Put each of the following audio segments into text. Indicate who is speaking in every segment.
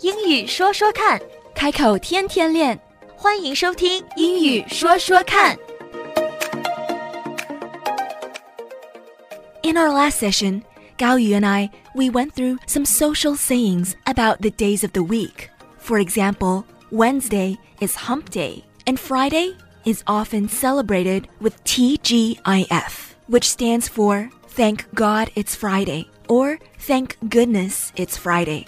Speaker 1: 英语说说看，
Speaker 2: 开口天天练，
Speaker 1: 欢迎收听《英语说说看》。
Speaker 2: In our last session, Gao Yu and I we went through some social sayings about the days of the week. For example, Wednesday is Hump Day, and Friday is often celebrated with TGIF, which stands for Thank God It's Friday or Thank Goodness It's Friday.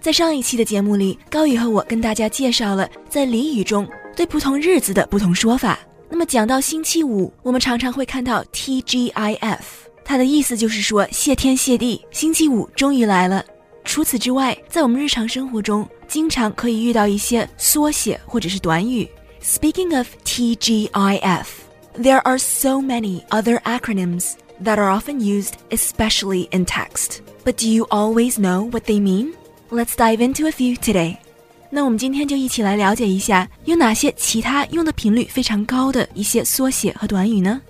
Speaker 2: 在上一期的节目里，高宇和我跟大家介绍了在俚语中对不同日子的不同说法。那么讲到星期五，我们常常会看到 TGIF，它的意思就是说谢天谢地，星期五终于来了。除此之外，在我们日常生活中，经常可以遇到一些缩写或者是短语。Speaking of TGIF, there are so many other acronyms that are often used, especially in text. But do you always know what they mean? Let's dive into a few today. 那我们今天就一起来了解一下，有哪些其他用的频率非常高的一些缩写和短语呢？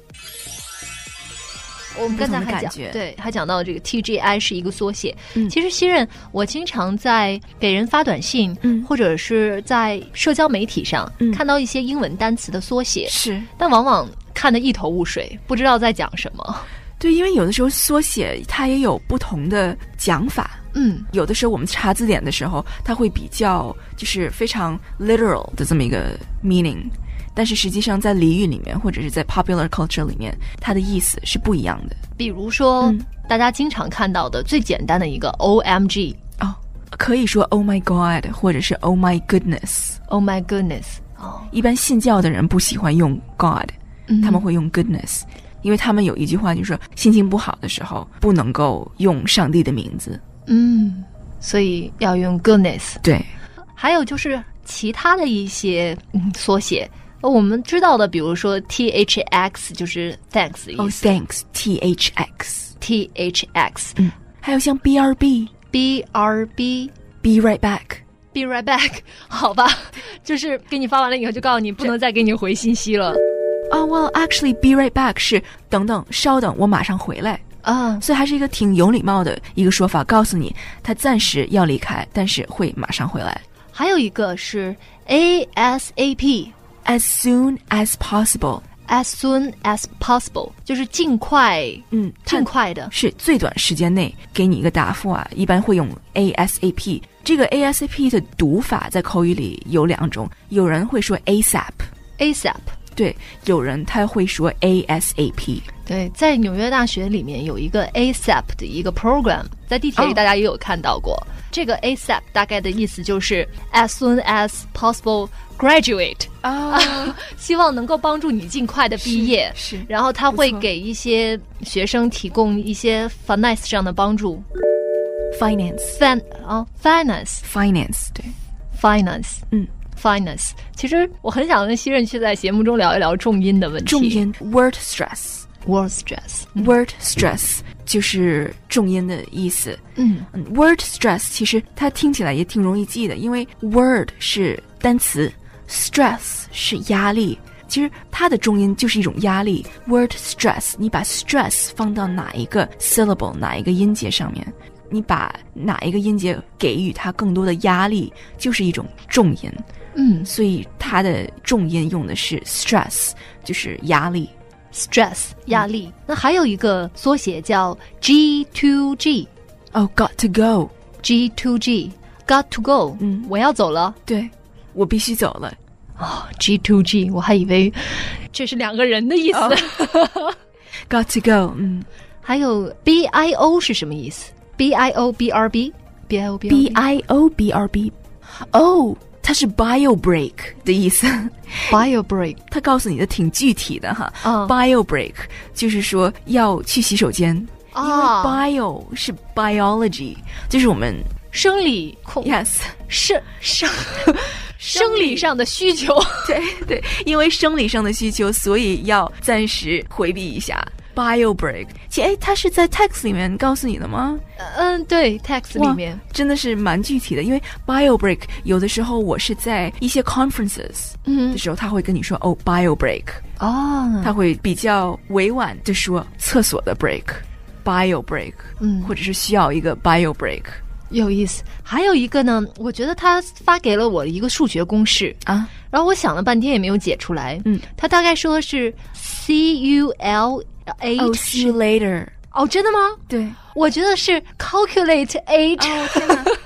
Speaker 3: 我们刚才
Speaker 2: 不同的
Speaker 3: 还
Speaker 2: 感
Speaker 3: 讲
Speaker 2: 觉，
Speaker 3: 对，还讲到这个 TGI 是一个缩写。
Speaker 2: 嗯
Speaker 3: 其实西任，我经常在给人发短信，
Speaker 2: 嗯
Speaker 3: 或者是在社交媒体上、
Speaker 2: 嗯
Speaker 3: 看到一些英文单词的缩写，
Speaker 2: 是
Speaker 3: 但往往看得一头雾水，不知道在讲什么。
Speaker 4: 对，因为有的时候缩写它也有不同的讲法，
Speaker 3: 嗯，
Speaker 4: 有的时候我们查字典的时候，它会比较就是非常 literal 的这么一个 meaning，但是实际上在俚语里面或者是在 popular culture 里面，它的意思是不一样的。
Speaker 3: 比如说、
Speaker 2: 嗯
Speaker 3: 大家经常看到的最简单的一个 OMG。
Speaker 4: 哦，可以说 Oh my God 或者是 Oh my goodness。
Speaker 3: Oh my goodness！哦，
Speaker 4: 一般信教的人不喜欢用 God，他
Speaker 2: 嗯
Speaker 4: 们会用 goodness，、因为他们有一句话就是说心情不好的时候不能够用上帝的名字。
Speaker 3: 嗯，所以要用 goodness。
Speaker 4: 对，
Speaker 3: 还有就是其他的一些嗯缩写，呃我们知道的，比如说 T H X 就是 thanks 的
Speaker 4: 哦、
Speaker 3: 意思、
Speaker 4: thanks，T H X。
Speaker 3: t H X
Speaker 4: 还有像 B R B
Speaker 3: B R B
Speaker 4: Be Right Back，
Speaker 3: be right back，好 吧，就是给你发完了以后就告诉你不能再给你回信息了
Speaker 4: 哦、oh,，Well actually Be Right Back 是等等稍等，我马上回来，
Speaker 3: 啊。
Speaker 4: 所以还是一个挺有礼貌的一个说法，告诉你他暂时要离开，但是会马上回来。
Speaker 3: 还有一个是 A S A P。
Speaker 4: As soon as possible，
Speaker 3: As soon as possible，就是尽快，
Speaker 4: 嗯，
Speaker 3: 尽
Speaker 4: 它
Speaker 3: 快的。
Speaker 4: 是最短时间内给你一个答复啊，一般会用 A S A P。这个 A S A P 的读法在口语里有两种，有人会说 ASAP，
Speaker 3: ASAP。
Speaker 4: 对，有人他会说 A S A P。
Speaker 3: 对，在纽约大学里面有一个 ASAP 的一个 program，在地铁里
Speaker 4: 哦
Speaker 3: 大家也有看到过。这个 ASAP 大概的意思就是 as soon as possible graduate，
Speaker 4: 啊，
Speaker 3: 希望能够帮助你尽快的毕业。
Speaker 4: 是
Speaker 3: 然后他会
Speaker 4: 不错
Speaker 3: 给一些学生提供一些 finance 上的帮助
Speaker 4: finance。
Speaker 3: ，fin 啊 finance
Speaker 4: finance，对，
Speaker 3: finance
Speaker 4: 嗯。
Speaker 3: finance，其实我很想跟西任去在节目中聊一聊重音的问题。
Speaker 4: 重音 word stress，word
Speaker 3: word stress，
Speaker 4: stress 就是重音的意思。
Speaker 3: 嗯
Speaker 4: 嗯，word stress 其实它听起来也挺容易记的，因为 word 是单词，stress 是压力。其实它的重音就是一种压力。Word stress，你把 stress 放到哪一个 syllable 哪一个音节上面，你把哪一个音节给予它更多的压力，就是一种重音。
Speaker 3: 嗯
Speaker 4: 所以它的重音用的是 stress，就是压力。
Speaker 3: stress 压力。那还有一个缩写叫 G to G
Speaker 4: 哦、g o t to go，
Speaker 3: G to G got to go，
Speaker 4: 嗯
Speaker 3: 我要走了
Speaker 4: 对我必须走了。
Speaker 3: G to G，我还以为这是两个人的意 思。
Speaker 4: Got to go，嗯
Speaker 3: 哦还有 B I O 是什么意思？B I O B R B B I O B
Speaker 4: ，b i o b r b，哦，它是 bio break 的意思，
Speaker 3: bio break
Speaker 4: 它告诉你的挺具体的哈。
Speaker 3: 啊
Speaker 4: bio break 就是说要去洗手间，因为
Speaker 3: 啊，
Speaker 4: bio 是 biology，就是我们
Speaker 3: 生理控
Speaker 4: yes
Speaker 3: 生生生理上的需求。
Speaker 4: 对对，因为生理上的需求，所以要暂时回避一下 bio break。其实，哎，它是在 text 里面告诉你的吗？
Speaker 3: 嗯，对，text 里
Speaker 4: 哇
Speaker 3: 面
Speaker 4: 真的是蛮具体的，因为 bio break 有的时候我是在一些 conferences 的
Speaker 3: 嗯
Speaker 4: 时候，他会跟你说哦 bio break，
Speaker 3: 哦，
Speaker 4: 他会比较委婉的说厕所的 break，bio break，
Speaker 3: 嗯
Speaker 4: 或者是需要一个 bio break。
Speaker 3: 有意思。还有一个呢，我觉得他发给了我一个数学公式，
Speaker 4: 啊
Speaker 3: 然后我想了半天也没有解出来。
Speaker 4: 嗯，
Speaker 3: 他大概说是 C U L A
Speaker 4: ，Oh see you later。
Speaker 3: 哦，真的吗？
Speaker 4: 对
Speaker 3: 我觉得是 calculate age，、
Speaker 4: Oh，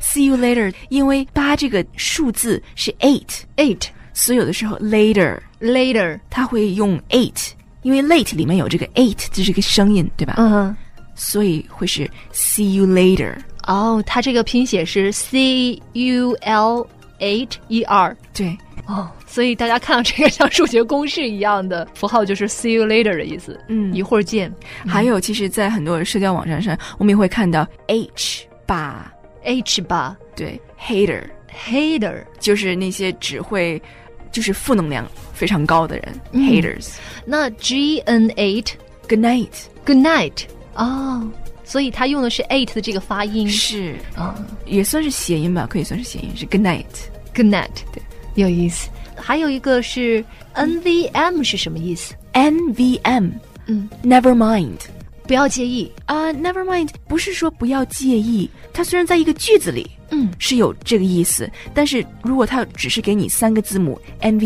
Speaker 4: ，see you later，因为八这个数字是 eight，
Speaker 3: eight
Speaker 4: 所有的时候 later
Speaker 3: later。
Speaker 4: 他会用 eight，因为 late 里面有这个 eight，这是个声音，对吧？
Speaker 3: 嗯，
Speaker 4: 所以会是 see you later。
Speaker 3: 哦，他这个拼写是 C U L H E R。
Speaker 4: 对，
Speaker 3: 哦，所以大家看到这个像数学公式一样的符号，就是 see you later 的意思。
Speaker 4: 嗯
Speaker 3: 一会儿见。
Speaker 4: 还有其实，在很多社交网站上，我们也会看到 h 八，
Speaker 3: H 吧
Speaker 4: 对，hater
Speaker 3: ，hater。
Speaker 4: 就是那些只会就是负能量非常高的人、
Speaker 3: 嗯
Speaker 4: h a t e r s
Speaker 3: 那 G N eight
Speaker 4: Good night
Speaker 3: good night 哦，所以他用的是 eight 的这个发音
Speaker 4: 是
Speaker 3: 啊、
Speaker 4: 也算是谐音吧，可以算是谐音，是 Good night。
Speaker 3: g o o d night 对，有意思。还有一个是 N V M 是什么意思？
Speaker 4: NVM，
Speaker 3: 嗯
Speaker 4: ，Never mind。
Speaker 3: 不要介意，
Speaker 4: 啊、n e v e r mind，不是说不要介意，它虽然在一个句子里，
Speaker 3: 嗯，
Speaker 4: 是有这个意思，但是如果它只是给你三个字母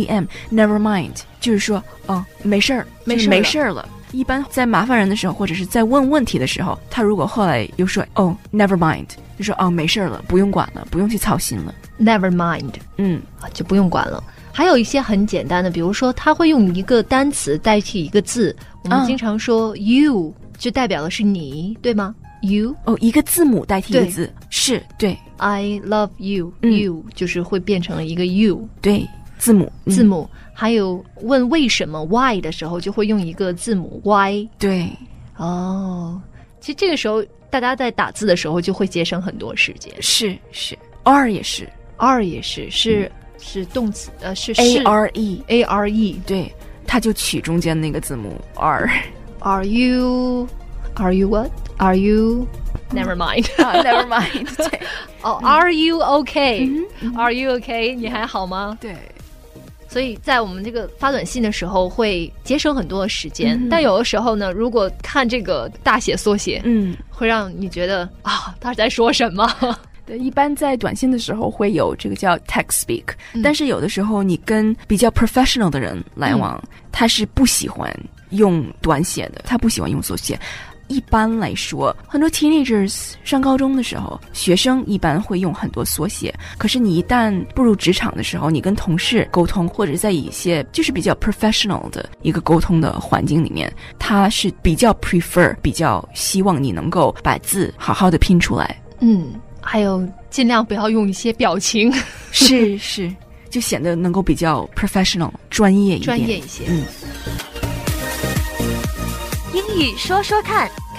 Speaker 4: NVM，never mind，就是说哦，没事儿，
Speaker 3: 没
Speaker 4: 就是
Speaker 3: 事儿
Speaker 4: 没
Speaker 3: 了
Speaker 4: 事儿了。一般在麻烦人的时候，或者是在问问题的时候，他如果后来又说哦，never mind，就说哦，没事儿了，不用管了，不用去操心了。
Speaker 3: Never mind
Speaker 4: 嗯，
Speaker 3: 啊，就不用管了。还有一些很简单的，比如说他会用一个单词代替一个字，我们
Speaker 4: 嗯
Speaker 3: 经常说 you 就代表的是你，对吗？You
Speaker 4: 哦，一个字母代替一个
Speaker 3: 对
Speaker 4: 字，是对
Speaker 3: I love you，you、
Speaker 4: 嗯
Speaker 3: you 就是会变成了一个 you
Speaker 4: 对，字母、嗯
Speaker 3: 字母。还有问为什么 why 的时候，就会用一个字母 y。
Speaker 4: 对，
Speaker 3: 哦，其实这个时候大家在打字的时候就会节省很多时间。
Speaker 4: 是是，R 也是
Speaker 3: R 也是，是、是动词，呃，是
Speaker 4: A
Speaker 3: 是
Speaker 4: R E。
Speaker 3: 嗯 A R E
Speaker 4: 对，他就取中间那个字母 R。
Speaker 3: Are you Are you what Are you Never mind
Speaker 4: 啊 Never mind，对 嗯
Speaker 3: 哦、Are you OK、Are you OK 你还好吗？
Speaker 4: 对，
Speaker 3: 所以在我们这个发短信的时候会节省很多时间，但有的时候呢，如果看这个大写缩写，
Speaker 4: 嗯，
Speaker 3: 会让你觉得啊他在说什么？
Speaker 4: 对，一般在短信的时候会有这个叫 text speak，、但是有的时候你跟比较 professional 的人来往，他是不喜欢用短写的，他不喜欢用缩写。一般来说，很多 teenagers 上高中的时候，学生一般会用很多缩写。可是你一旦步入职场的时候，你跟同事沟通，或者在一些就是比较 professional 的一个沟通的环境里面，他是比较 prefer，比较希望你能够把字好好的拼出来。
Speaker 3: 嗯，还有尽量不要用一些表情，
Speaker 4: 是是，就显得能够比较 professional 专业一点。
Speaker 3: 专业一些。
Speaker 1: 英语说说看，